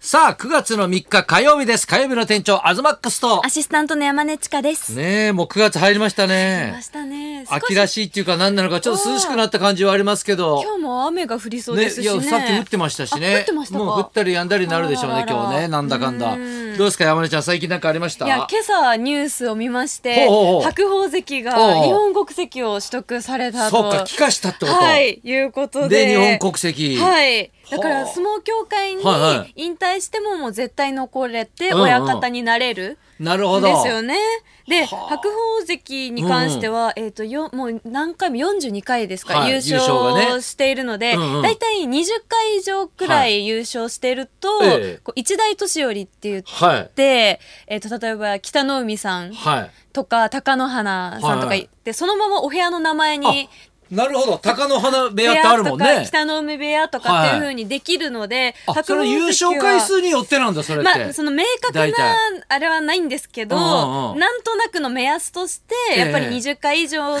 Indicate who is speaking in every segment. Speaker 1: さあ、9月の3日火曜日です。火曜日の店長、アズマックスと
Speaker 2: ア。シスタントの山根千佳です。
Speaker 1: ねえ、もう9月入りました
Speaker 2: 来
Speaker 1: ね
Speaker 2: ま。したね。少し
Speaker 1: 秋らしいっていうか何なのか、ちょっと涼しくなった感じはありますけど。
Speaker 2: 今日も雨が降りそう
Speaker 1: ね、
Speaker 2: です
Speaker 1: い
Speaker 2: しね。
Speaker 1: や、さっき降ってましたし
Speaker 2: あ
Speaker 1: ね。
Speaker 2: 降ってましたか。
Speaker 1: もう降ったりやんだりになるでしょうね
Speaker 2: あ、らら
Speaker 1: 今日
Speaker 2: ら
Speaker 1: ね。なんだかんだ。
Speaker 2: う
Speaker 1: ど
Speaker 2: ん
Speaker 1: うですか、山根ちゃん、最近なんかありました
Speaker 2: いや今朝ニュースを見まし
Speaker 1: ほう
Speaker 2: て
Speaker 1: ほうほう
Speaker 2: 白鵬関が
Speaker 1: ほうほう
Speaker 2: 日本国籍を取得されたと
Speaker 1: そうか、帰化したってこと。
Speaker 2: はいいうことで
Speaker 1: で、日本国籍。
Speaker 2: はいだか
Speaker 1: はあ
Speaker 2: ら相撲協会に
Speaker 1: はいはい
Speaker 2: 引退してももう絶対残れて
Speaker 1: うんうん
Speaker 2: 親方になれる、
Speaker 1: なるほど。
Speaker 2: ですよね。で、
Speaker 1: はあ
Speaker 2: 白鵬関に関しては、えっ、と、よ、もう何回も42回ですか、
Speaker 1: はい
Speaker 2: 優
Speaker 1: 優勝が
Speaker 2: 勝
Speaker 1: ね
Speaker 2: しているので、
Speaker 1: うんうん
Speaker 2: だいたい20回以上く
Speaker 1: は
Speaker 2: ら
Speaker 1: い
Speaker 2: い優勝していると、
Speaker 1: ええ
Speaker 2: こう一大年寄りって言っ
Speaker 1: はい。
Speaker 2: て、えっ、と、例えば北の海さん
Speaker 1: はい。
Speaker 2: とか、貴乃花さんとか
Speaker 1: はい
Speaker 2: 言って、そのままお部屋の名前に、
Speaker 1: なるほど、鷹の花部
Speaker 2: 部
Speaker 1: 屋ってあるもん
Speaker 2: 屋とか
Speaker 1: ね。
Speaker 2: 北の海部屋とかっていう風にできるので、
Speaker 1: あ、それ優勝回数によってなんだ、それって。
Speaker 2: まあ、その明確
Speaker 1: 大
Speaker 2: な
Speaker 1: 体
Speaker 2: あれはないんですけど、
Speaker 1: うんうんうん
Speaker 2: なんとなくの目安として、
Speaker 1: ええ
Speaker 2: やっぱり20回以上
Speaker 1: へー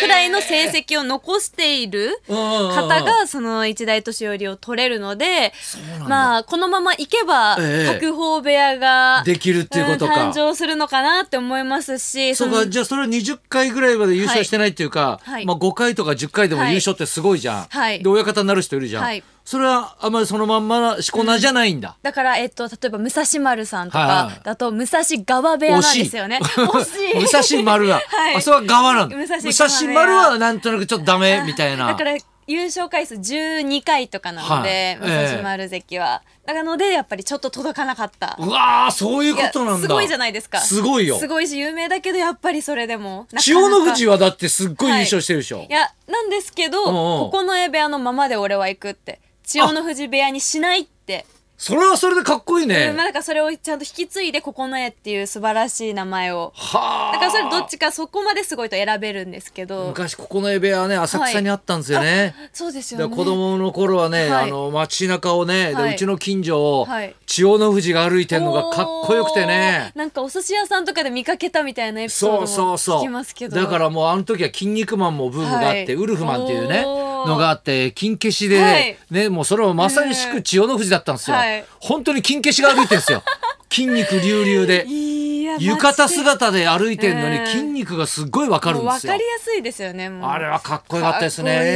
Speaker 2: くらいの成績を残している
Speaker 1: 方
Speaker 2: 方が、その一大年寄りを取れるので、
Speaker 1: なんだ
Speaker 2: まあ、このままいけば、
Speaker 1: ええ
Speaker 2: 白鵬部屋が、
Speaker 1: できるっていうこと
Speaker 2: うん
Speaker 1: か。
Speaker 2: 誕生するのかなって思いますし、
Speaker 1: そう
Speaker 2: の
Speaker 1: か、じゃあそれは20回ぐらいまで優勝してないっていうか、
Speaker 2: はい
Speaker 1: まあ5回とか10回でも
Speaker 2: はい
Speaker 1: 優勝ってすごいじゃん。
Speaker 2: はい
Speaker 1: で、親方になる人いるじゃん。
Speaker 2: はい
Speaker 1: それはあんまりそのまんましこなじゃないんだ。
Speaker 2: だから、えっと、例えば、武蔵丸さんと
Speaker 1: はいは
Speaker 2: か
Speaker 1: い、
Speaker 2: だと、武蔵側部屋なんですよね。惜しい。
Speaker 1: 武蔵丸だ。
Speaker 2: はい
Speaker 1: あ、それは側なんだ。
Speaker 2: 武蔵側部屋
Speaker 1: 丸はなんとなくちょっとダメみたいな。
Speaker 2: だから優勝回数12回とかなので、
Speaker 1: はい
Speaker 2: 武
Speaker 1: ええ
Speaker 2: 蔵丸関は、なのでやっぱりちょっと届かなかった
Speaker 1: うわー、そういう
Speaker 2: い
Speaker 1: こ
Speaker 2: や
Speaker 1: となんだ。
Speaker 2: すごいじゃないですか
Speaker 1: すごいよ。
Speaker 2: すごいし有名だけどやっぱりそれでも
Speaker 1: 千代の富士
Speaker 2: は
Speaker 1: はだってすっごい優勝してるでしょ。
Speaker 2: いやなんですけど、
Speaker 1: うんうん
Speaker 2: ここの絵部屋のままで俺は行くって千代の富士部屋にしないって
Speaker 1: それはそれでかっこいいね。
Speaker 2: うんまあ、だからそれをちゃんと引き継いでここの絵っていう素晴らしい名前を
Speaker 1: はあ。
Speaker 2: だからそれどっちかそこまですごいと選べるんですけど
Speaker 1: 昔ここのエベはね、浅草にあったんですよね。
Speaker 2: そうですよ
Speaker 1: で
Speaker 2: ね
Speaker 1: 子供の頃はね、
Speaker 2: は
Speaker 1: あ
Speaker 2: い
Speaker 1: の街中をね、で
Speaker 2: はいう
Speaker 1: ちの近所を、
Speaker 2: はい
Speaker 1: 千代の富士が歩いてるのがかっこよくてね
Speaker 2: おーなんかお寿司屋さんとかで見かけたみたいなエピソード
Speaker 1: そ
Speaker 2: も
Speaker 1: うそう
Speaker 2: 聞
Speaker 1: そ
Speaker 2: きますけ
Speaker 1: う
Speaker 2: ど
Speaker 1: だからもうあの時は「筋肉マン」もブームがあって、
Speaker 2: はい
Speaker 1: ウルフマンっていうね
Speaker 2: おー
Speaker 1: のがあって金消しで、
Speaker 2: はい
Speaker 1: ねもうそれはまさしく千代の富士だったんですよ、
Speaker 2: はい
Speaker 1: 本当に金消しが歩いてるん ですよ筋肉隆々で
Speaker 2: いや
Speaker 1: 浴衣姿で歩いてるの
Speaker 2: う
Speaker 1: に
Speaker 2: ん
Speaker 1: 筋肉がすっごいわかるん
Speaker 2: わ
Speaker 1: ですよ
Speaker 2: かりやすいですよねもう
Speaker 1: あれはかっこよかったです
Speaker 2: かっこいいまあ、で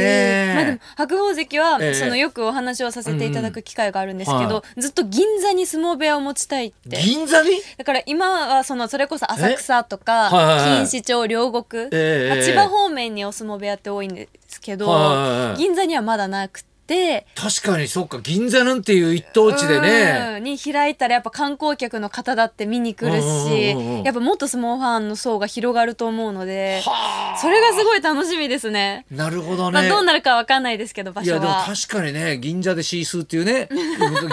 Speaker 1: ね
Speaker 2: も白鵬関は、
Speaker 1: ええ
Speaker 2: そのよくお話をさせていただく機会があるんですけ
Speaker 1: うん
Speaker 2: ど、ずっと銀座に相撲部屋を持ちたいって
Speaker 1: 銀座に
Speaker 2: だから今はそのそれこそ浅草とか
Speaker 1: えはいはいはい
Speaker 2: 錦糸町両国、
Speaker 1: ええ
Speaker 2: まあ千葉方面にお相撲部屋って多いんですけど、
Speaker 1: はいはいはい
Speaker 2: 銀座にはまだなくて
Speaker 1: 確かにそっか銀座なんていう一等地でね
Speaker 2: うんに開いたらやっぱ観光客の方だって見に来るし、
Speaker 1: うんうんうんうん
Speaker 2: やっぱもっと相撲ファンの層が広がると思うので、
Speaker 1: はあ
Speaker 2: それがすごい楽しみですね。
Speaker 1: なるほどね、
Speaker 2: まあどうなるかわかんないですけど場
Speaker 1: いや
Speaker 2: 所
Speaker 1: でも
Speaker 2: は。
Speaker 1: 確かにね銀座でシースーっていう ね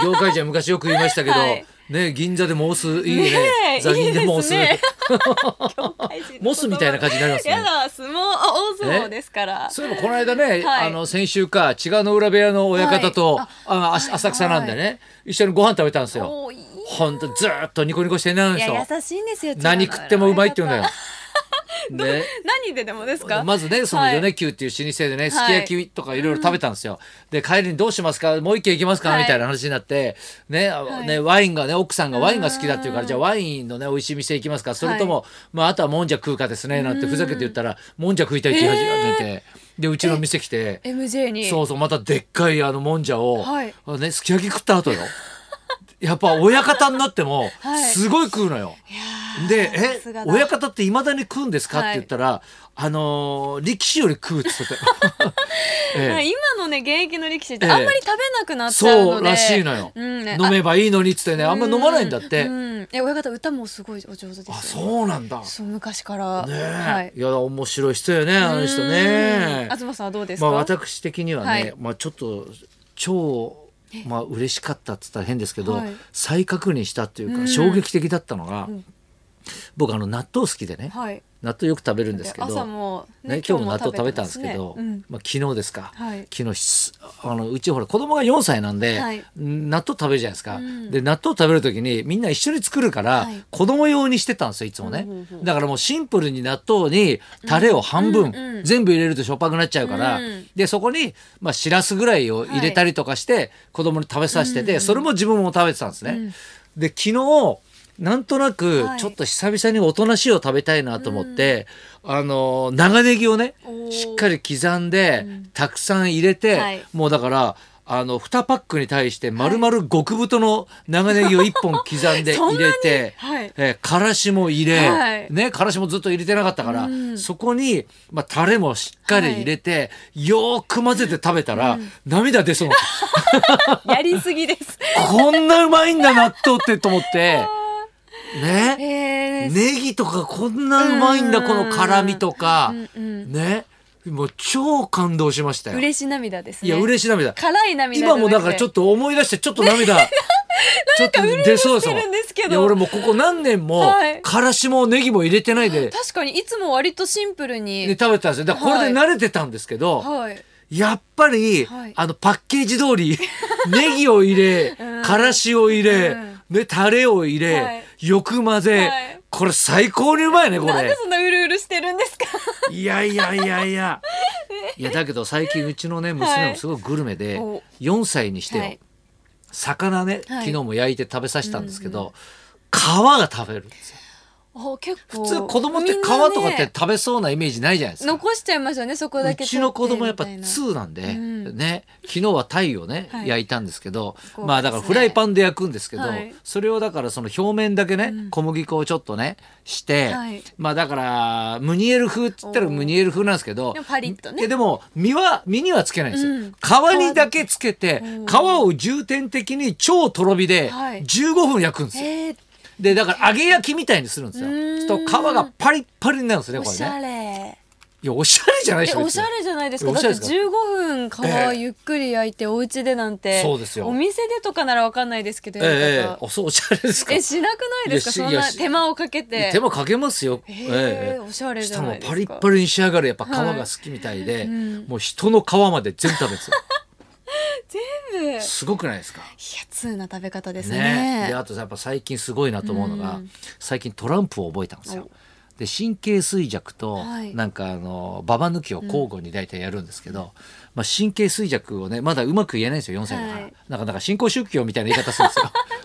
Speaker 1: 業界じゃ昔よく言いましたけど、
Speaker 2: はい
Speaker 1: ね銀座でモースいいね
Speaker 2: ねえ
Speaker 1: 座銀でモース
Speaker 2: いいですね
Speaker 1: モスみたいな感じになりますね
Speaker 2: やだ相撲あ大相撲ですから。
Speaker 1: そういえばこの間ね、
Speaker 2: はい
Speaker 1: あの先週か千賀の浦部屋の親方と、
Speaker 2: はい
Speaker 1: ああ浅草なんでね、一緒にご飯食べたんですよ
Speaker 2: おーいい
Speaker 1: ほんとずーっとニコニコしてんねあの
Speaker 2: い
Speaker 1: 人
Speaker 2: や優しいんですよ。
Speaker 1: 何食ってもうまいって言うんだよ。ね
Speaker 2: 何ででもですか。
Speaker 1: まずねその
Speaker 2: はい
Speaker 1: 米久っていう老舗でね、すき焼きとかいろいろ食べたんですよ、で帰りにどうしますかもう一軒行きますか、
Speaker 2: はい
Speaker 1: みたいな話になってね,あ、
Speaker 2: い
Speaker 1: ねワインがね奥さんがワインが好きだっていうから
Speaker 2: うん
Speaker 1: じゃあワインのね美味しい店行きますかそれとも、まあ、あとはもんじゃ食うかですねなんてふざけて言ったらもんじゃ食いたいって言い始めて、でうちの店来て
Speaker 2: MJ に。
Speaker 1: そうそうまたでっかいあのもんじゃを、
Speaker 2: はい
Speaker 1: あのね、すき焼き食った後よやっぱ親方になっても
Speaker 2: はい
Speaker 1: すごい食うのよ。
Speaker 2: いやー
Speaker 1: で
Speaker 2: さ
Speaker 1: 「
Speaker 2: す
Speaker 1: え
Speaker 2: がだ
Speaker 1: 親方っていまだに食うんですか?」っ
Speaker 2: は
Speaker 1: て
Speaker 2: い
Speaker 1: 言ったら「あのー力士より食う」って言 ってた
Speaker 2: は
Speaker 1: え
Speaker 2: い
Speaker 1: え
Speaker 2: 今のね現役の力士って
Speaker 1: ええ
Speaker 2: あんまり食べなくなっちゃうので、
Speaker 1: そうらしいのよ、
Speaker 2: うんね
Speaker 1: 飲めばいいのにっつってねあんま飲まないんだって、
Speaker 2: うんうんえ親方歌もすごいお上手ですよ
Speaker 1: あそうなんだね
Speaker 2: そう昔から
Speaker 1: え、
Speaker 2: はい
Speaker 1: い、や面白い人よねあの人ね
Speaker 2: うん東さんはどうです
Speaker 1: ま
Speaker 2: か、
Speaker 1: あ私的にはね、
Speaker 2: はい
Speaker 1: まあちょっと超まあ嬉しかったっつったら変ですけど、
Speaker 2: はい
Speaker 1: 再確認したっていう
Speaker 2: う
Speaker 1: か
Speaker 2: ん
Speaker 1: 衝撃的だったのが、
Speaker 2: ん
Speaker 1: 僕あの納豆好きでね、
Speaker 2: はい
Speaker 1: 納豆よく食べるんですけど
Speaker 2: 朝もね
Speaker 1: ね、今日も納豆食べたんですけど
Speaker 2: 今日も食べてますねうん
Speaker 1: まあ、昨日ですか、
Speaker 2: はい
Speaker 1: 昨日しあのうちほら子供が4歳なんで、
Speaker 2: はい
Speaker 1: 納豆食べるじゃないですか、
Speaker 2: ん
Speaker 1: で納豆食べる時にみんな一緒に作るから、
Speaker 2: はい
Speaker 1: 子供用にしてたんですよいつもね、だからもうシンプルに納豆にタレを半分、
Speaker 2: うんうん
Speaker 1: 全部入れるとしょっぱくなっちゃうから、
Speaker 2: うん
Speaker 1: でそこに、まあ、しらすぐらいを入れたりとかして、子供に食べさせてて、それも自分も食べてたんですね。で昨日なんとなく
Speaker 2: はい
Speaker 1: ちょっと久々におとなしいを食べたいなと思って、あの長ネギをね
Speaker 2: おー
Speaker 1: しっかり刻んで、たくさん入れて、
Speaker 2: はい
Speaker 1: もうだからあの2パックに対して丸々極太の長ネギを1本刻んで
Speaker 2: そん
Speaker 1: 入
Speaker 2: なに
Speaker 1: れて、
Speaker 2: はい
Speaker 1: えーからしも入れ、
Speaker 2: はい
Speaker 1: ね、からしもずっと入れてなかったから、
Speaker 2: うん
Speaker 1: そこに、まあ、タレもしっかり入れて、よーく混ぜて食べたら、涙出そうになった
Speaker 2: やりすぎです。
Speaker 1: こんなうまいんだ納豆ってと思 って。 ね。ネ
Speaker 2: えー
Speaker 1: ギとかこんなうまいんだ
Speaker 2: うん
Speaker 1: この辛みとか
Speaker 2: うん。うん
Speaker 1: ね。もう超感動しましたよ。
Speaker 2: 嬉し涙ですね。
Speaker 1: いや嬉しい涙。
Speaker 2: 辛い涙
Speaker 1: 今もだからちょっ
Speaker 2: と
Speaker 1: と思い出してちょっと 涙。ちょっと出そうですも
Speaker 2: してるんですけど
Speaker 1: いや俺もうここ何年も
Speaker 2: はい
Speaker 1: からしもネギも入れてないで
Speaker 2: 確かにいつも割とシンプルに、
Speaker 1: ね食べてたんですよ。だからこれで慣れてたんですけど。
Speaker 2: はい
Speaker 1: やっぱり、
Speaker 2: はい
Speaker 1: あのパッケージ通 りネギを入れ、
Speaker 2: うん
Speaker 1: からしを入れ、
Speaker 2: うん
Speaker 1: ねタレを入れ、
Speaker 2: はい
Speaker 1: よく混ぜ、
Speaker 2: はい
Speaker 1: これ最高にうまいねこ
Speaker 2: なんで
Speaker 1: れ
Speaker 2: そんなうるうるしてるんですか
Speaker 1: いやいやいやい やいやだけど最近うちのね娘もすごいグルメで、
Speaker 2: お
Speaker 1: 4歳にしてよ、
Speaker 2: はい
Speaker 1: 魚ね
Speaker 2: は
Speaker 1: 昨
Speaker 2: い
Speaker 1: 日も焼いて食べさせたんですけど、皮が食べるんですよ
Speaker 2: お結構
Speaker 1: 普通子供って皮とかって食べそうなイメージないじゃないですか
Speaker 2: 残しちゃいますよねそこだけ
Speaker 1: うちの子供やっぱ
Speaker 2: 取てみたいな
Speaker 1: 2なんで、
Speaker 2: うん
Speaker 1: ね昨日は鯛をね、
Speaker 2: はい
Speaker 1: 焼いたんですけど
Speaker 2: 豪華ですね
Speaker 1: まあだからフライパンで焼くんですけど、
Speaker 2: はい
Speaker 1: それをだからその表面だけね、小麦粉をちょっとねして、
Speaker 2: はい
Speaker 1: まあだからムニエル風っつったらムニエル風なんですけど
Speaker 2: でもパリッとね
Speaker 1: いやでも身は身にはつけないんですよ、
Speaker 2: うん
Speaker 1: 皮にだけつけて
Speaker 2: うん
Speaker 1: 皮を重点的に超とろ火で
Speaker 2: はい
Speaker 1: 15分焼くんですよ、
Speaker 2: えー
Speaker 1: でだから揚げ焼きみたいにするんですよ
Speaker 2: うーん
Speaker 1: そうすると皮がパリッパリになるんですね
Speaker 2: お
Speaker 1: こ
Speaker 2: し
Speaker 1: れ
Speaker 2: ゃ
Speaker 1: ね
Speaker 2: れ、
Speaker 1: いやおしゃれじゃないで
Speaker 2: え
Speaker 1: しょ
Speaker 2: お
Speaker 1: 別
Speaker 2: し
Speaker 1: に
Speaker 2: ゃれじゃないですか
Speaker 1: お
Speaker 2: だ
Speaker 1: し
Speaker 2: っ
Speaker 1: てゃれですか
Speaker 2: 15分
Speaker 1: ええ
Speaker 2: 皮ゆっくり焼いてお家でなんて、
Speaker 1: そうですよ
Speaker 2: お店でとかならわかんないですけどやり方、
Speaker 1: ええおそうおしゃれですか
Speaker 2: えしなくないです
Speaker 1: いやし
Speaker 2: かそん
Speaker 1: いや
Speaker 2: な
Speaker 1: し
Speaker 2: 手間をかけて
Speaker 1: 手間かけますよ。
Speaker 2: え
Speaker 1: え
Speaker 2: え
Speaker 1: え
Speaker 2: おしゃれ
Speaker 1: し
Speaker 2: じ
Speaker 1: か
Speaker 2: ゃな
Speaker 1: も
Speaker 2: いですか
Speaker 1: パリッパリに仕上がるやっぱ皮
Speaker 2: は
Speaker 1: が
Speaker 2: い
Speaker 1: 好きみたいで、
Speaker 2: うん
Speaker 1: もう人の皮まで全部食べてた
Speaker 2: 全部いや
Speaker 1: すごくないですか
Speaker 2: 通な食べ方 ですね
Speaker 1: ねであとさやっぱ最近すごいなと思うのが、
Speaker 2: うん
Speaker 1: 最近トランプを覚えたんですよ。で神経衰弱と
Speaker 2: はい
Speaker 1: なんかあのババ抜きを交互に大体やるんですけど、まあ、神経衰弱をねまだうまく言えないんですよ4歳だから、
Speaker 2: はい
Speaker 1: なんかなんか進行宗教みたいな言い方するんで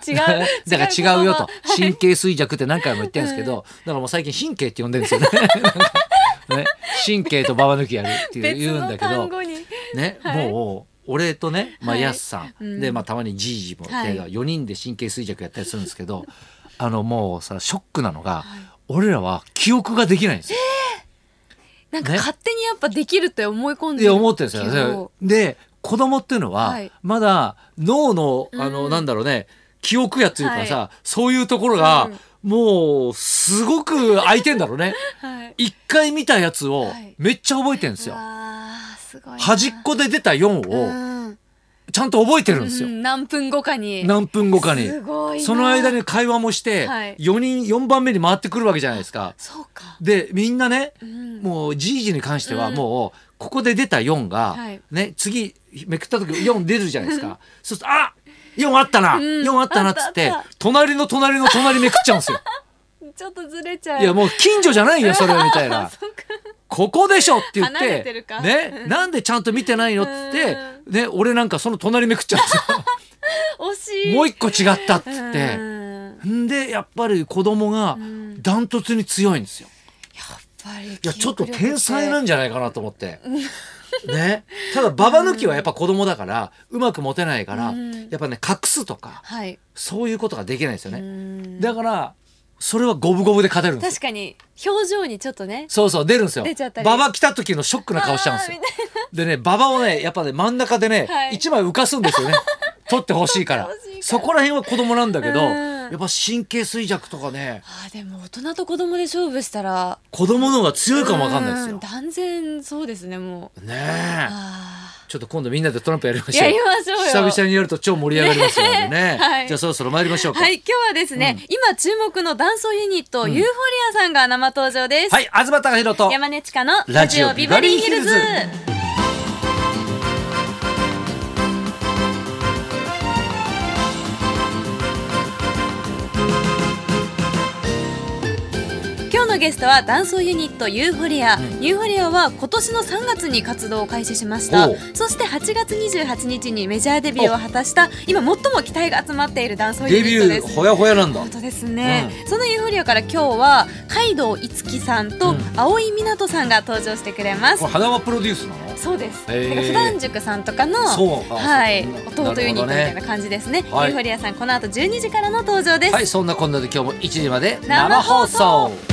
Speaker 1: すよ。
Speaker 2: 違う
Speaker 1: だから違うよと
Speaker 2: 違う
Speaker 1: 神経衰弱って何回も言ってるんですけど、だからもう最近神経って呼んでるんですよね。 ね神経とババ抜きやるっていう
Speaker 2: 別
Speaker 1: 言うん
Speaker 2: の
Speaker 1: だけ
Speaker 2: 単
Speaker 1: ど、
Speaker 2: 語に
Speaker 1: ね、
Speaker 2: はい
Speaker 1: もう俺とね、まあ、
Speaker 2: はい
Speaker 1: やすさん、
Speaker 2: うん
Speaker 1: で、まあ、たまにじいじもいて、
Speaker 2: はい
Speaker 1: 4人で神経衰弱やったりするんですけどあのもうさショックなのが、俺らは記憶ができないんですよ。
Speaker 2: なんか
Speaker 1: ね
Speaker 2: 勝手にやっぱできるって思い込んで
Speaker 1: いや思ってるんです
Speaker 2: け
Speaker 1: よ
Speaker 2: ど
Speaker 1: ね。で子供っていうのは、
Speaker 2: はい
Speaker 1: まだ脳のあの、
Speaker 2: うん
Speaker 1: なんだろうね記憶やっていうかさ、そういうところが、もうすごく空いてんだろう ね。
Speaker 2: はい
Speaker 1: 一回見たやつを
Speaker 2: はい
Speaker 1: めっちゃ覚えてるんですよ。
Speaker 2: わーすごいな
Speaker 1: 端っこで出た4を
Speaker 2: うん
Speaker 1: ちゃんと覚えてるんですよ。
Speaker 2: うん何分後かに
Speaker 1: 何分後かに。
Speaker 2: すごいな
Speaker 1: その間に会話もして、
Speaker 2: はい
Speaker 1: 4人4番目に回ってくるわけじゃないですか。
Speaker 2: そうか
Speaker 1: でみんなね
Speaker 2: うん
Speaker 1: もうじいじに関しては
Speaker 2: うん
Speaker 1: もうここで出た4が、
Speaker 2: はい
Speaker 1: ね次めくった時4出るじゃないですか。そうするとあ4あったな、
Speaker 2: うん
Speaker 1: 4あったなっつって
Speaker 2: あったあった
Speaker 1: 隣の隣の隣めくっちゃうんで すよ。
Speaker 2: ちょっとずれちゃう
Speaker 1: いやもう近所じゃないよそれはみたい な。ここでしょって言って
Speaker 2: 離れてるか
Speaker 1: ね、なんでちゃんと見てないのっつって、ね、俺なんかその隣めくっちゃうんです
Speaker 2: 惜し い
Speaker 1: よもう
Speaker 2: 一
Speaker 1: 一個違ったっつって。んでやっぱり子供が
Speaker 2: ん
Speaker 1: ダントツに強いんですよ。
Speaker 2: い
Speaker 1: いやちょっと天才なんじゃないかなと思って。ね、ただババ抜きはやっぱ子供だからうまく持てないから、
Speaker 2: うん
Speaker 1: やっぱね隠すとか
Speaker 2: はい
Speaker 1: そういうことができないんですよ
Speaker 2: う
Speaker 1: ね。
Speaker 2: ん
Speaker 1: だからそれは五分五分で勝てるんですよ。
Speaker 2: 確かに表情にちょっとね
Speaker 1: そうそう出るんですよ
Speaker 2: 出ちゃった。り
Speaker 1: ババ来た時のショックな顔しちゃうんですよ
Speaker 2: あーみ。
Speaker 1: でねババをねやっぱね真ん中でね
Speaker 2: はい
Speaker 1: 一、枚浮かすんですよね。取ってほしいから
Speaker 2: 取ってほしいか
Speaker 1: そ
Speaker 2: ら
Speaker 1: こら辺は子供なんだけど、
Speaker 2: うん
Speaker 1: やっぱ神経衰弱とかね
Speaker 2: あーでも大人と子供で勝負したら
Speaker 1: 子供の方が強いかもわかんないです
Speaker 2: う
Speaker 1: よ。
Speaker 2: 断然そうですねもう
Speaker 1: ねえ
Speaker 2: あ
Speaker 1: ちちょっと今度みんなでトランプやりましょう。
Speaker 2: やりましょうよ
Speaker 1: 久々にやると超盛り上がりますのでね。
Speaker 2: はい
Speaker 1: じゃあそろそろ参りましょうか。
Speaker 2: は。い、今日はですね、今注目のダンソーユニット、ユーフォリアさんが生登場です。
Speaker 1: はい、東隆弘と。
Speaker 2: 山根千佳のラジオビバリーヒルズ。
Speaker 1: ラジオビバリーヒ
Speaker 2: 今日のゲストはダンソーユニットユーフォリア、ユーフォリアは今年の3月に活動を開始しました
Speaker 1: おう
Speaker 2: そして8月28日にメジャーデビューを果たした今最も期待が集まっているダンソー
Speaker 1: デ
Speaker 2: ユニ
Speaker 1: ビ
Speaker 2: ットで
Speaker 1: ュ
Speaker 2: す
Speaker 1: ーほやほやなんだ
Speaker 2: 本。当ですね、そのユーフォリアから今日はカイドウいつきさん
Speaker 1: う
Speaker 2: と
Speaker 1: ん
Speaker 2: 蒼井みなとさんが登場してくれます、
Speaker 1: これ花輪プロデュースなの。
Speaker 2: そうです、
Speaker 1: へー
Speaker 2: なんか普段塾さんとかの
Speaker 1: そうか
Speaker 2: はい
Speaker 1: そうか
Speaker 2: 弟ユニットみたいな感じですね
Speaker 1: ほどねはい
Speaker 2: ユーフォリアさんこの後12時からの登場です、
Speaker 1: はい、そんなこんなで今日も1時まで
Speaker 2: 生放送
Speaker 1: 生放送